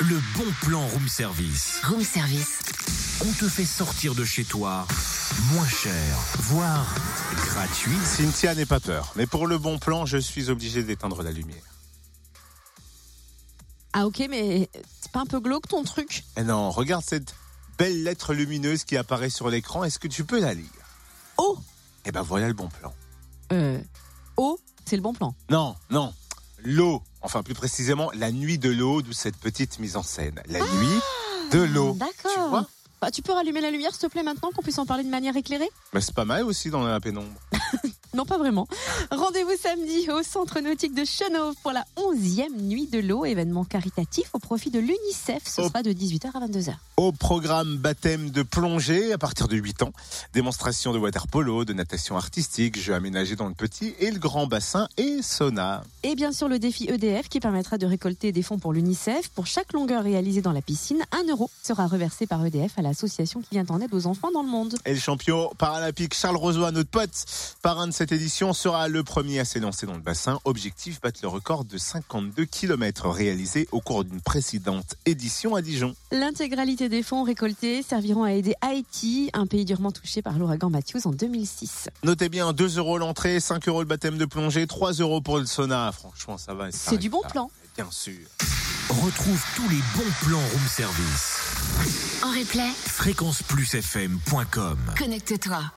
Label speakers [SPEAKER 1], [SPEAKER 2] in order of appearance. [SPEAKER 1] Le bon plan room service.
[SPEAKER 2] Room service.
[SPEAKER 1] On te fait sortir de chez toi moins cher, voire gratuit.
[SPEAKER 3] Cynthia n'aie pas peur, mais pour le bon plan, je suis obligé d'éteindre la lumière.
[SPEAKER 4] Ah ok, mais c'est pas un peu glauque ton truc
[SPEAKER 3] Et Eh non, regarde cette belle lettre lumineuse qui apparaît sur l'écran, est-ce que tu peux la lire
[SPEAKER 4] Oh
[SPEAKER 3] Eh ben voilà le bon plan.
[SPEAKER 4] Euh, oh, c'est le bon plan.
[SPEAKER 3] Non, non, l'eau, enfin plus précisément la nuit de l'eau, d'où cette petite mise en scène. La nuit de l'eau.
[SPEAKER 4] D'accord.
[SPEAKER 3] Tu vois
[SPEAKER 4] Bah, tu peux rallumer la lumière s'il te plaît maintenant qu'on puisse en parler de manière éclairée
[SPEAKER 3] Mais c'est pas mal aussi dans la pénombre.
[SPEAKER 4] Non, pas vraiment. Rendez-vous samedi au centre nautique de Chenauve pour la 11e nuit de l'eau, événement caritatif au profit de l'UNICEF. Ce
[SPEAKER 3] Oh.
[SPEAKER 4] sera de 18h à 22h.
[SPEAKER 3] Au programme baptême de plongée à partir de 8 ans, démonstration de water polo, de natation artistique, jeux aménagés dans le petit et le grand bassin et sauna.
[SPEAKER 4] Et bien sûr, le défi EDF qui permettra de récolter des fonds pour l'UNICEF. Pour chaque longueur réalisée dans la piscine, un euro sera reversé par EDF à l'association qui vient en aide aux enfants dans le monde.
[SPEAKER 3] Et le champion paralympique Charles Rosoy, notre pote, parrain de cette édition, sera le premier à s'élancer dans le bassin. Objectif, battre le record de 52 km réalisé au cours d'une précédente édition à Dijon.
[SPEAKER 4] L'intégralité des fonds récoltés serviront à aider Haïti, un pays durement touché par l'ouragan Matthews en 2006.
[SPEAKER 3] Notez bien, 2 euros l'entrée, 5 euros le baptême de plongée, 3 euros pour le sauna. Franchement, ça va. ça
[SPEAKER 4] C'est du
[SPEAKER 3] arrive
[SPEAKER 4] bon
[SPEAKER 3] pas.
[SPEAKER 4] plan.
[SPEAKER 3] Bien sûr.
[SPEAKER 1] Retrouve tous les bons plans room service.
[SPEAKER 2] En replay,
[SPEAKER 1] Fréquenceplusfm.com
[SPEAKER 2] connecte-toi.